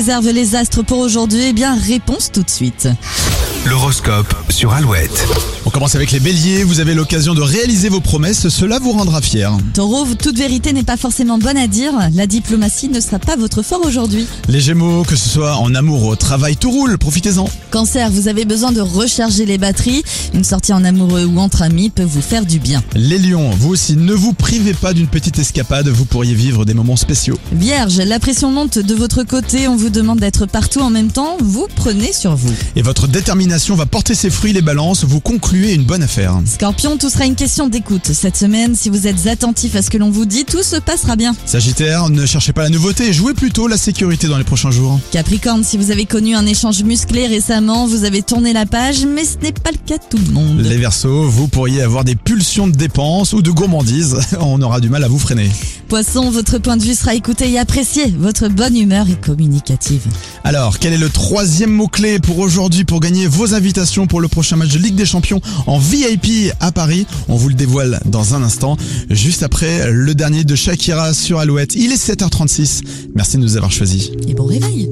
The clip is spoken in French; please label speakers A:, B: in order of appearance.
A: réservent les astres pour aujourd'hui Eh bien, réponse tout de suite.
B: L'horoscope sur Alouette.
C: On commence avec les béliers, vous avez l'occasion de réaliser vos promesses, cela vous rendra fier.
A: Taureau, toute vérité n'est pas forcément bonne à dire. La diplomatie ne sera pas votre fort aujourd'hui.
C: Les gémeaux, que ce soit en amour ou au travail, tout roule, profitez-en.
A: Cancer, vous avez besoin de recharger les batteries. Une sortie en amoureux ou entre amis peut vous faire du bien.
C: Les lions, vous aussi, ne vous privez pas d'une petite escapade, vous pourriez vivre des moments spéciaux.
A: Vierge, la pression monte de votre côté. On vous demande d'être partout en même temps. Vous prenez sur vous.
C: Et votre détermination va porter ses fruits, les balances, vous concluez une bonne affaire.
A: Scorpion, tout sera une question d'écoute. Cette semaine, si vous êtes attentif à ce que l'on vous dit, tout se passera bien.
C: Sagittaire, ne cherchez pas la nouveauté, jouez plutôt la sécurité dans les prochains jours.
A: Capricorne, si vous avez connu un échange musclé récemment, vous avez tourné la page, mais ce n'est pas le cas de tout le monde.
C: Les versos, vous pourriez avoir des pulsions de dépenses ou de gourmandise, on aura du mal à vous freiner.
A: Poisson, votre point de vue sera écouté et apprécié. Votre bonne humeur est communicative.
C: Alors, quel est le troisième mot-clé pour aujourd'hui pour gagner vos invitations pour le prochain match de Ligue des Champions en VIP à Paris On vous le dévoile dans un instant, juste après le dernier de Shakira sur Alouette. Il est 7h36, merci de nous avoir choisis.
A: Et bon réveil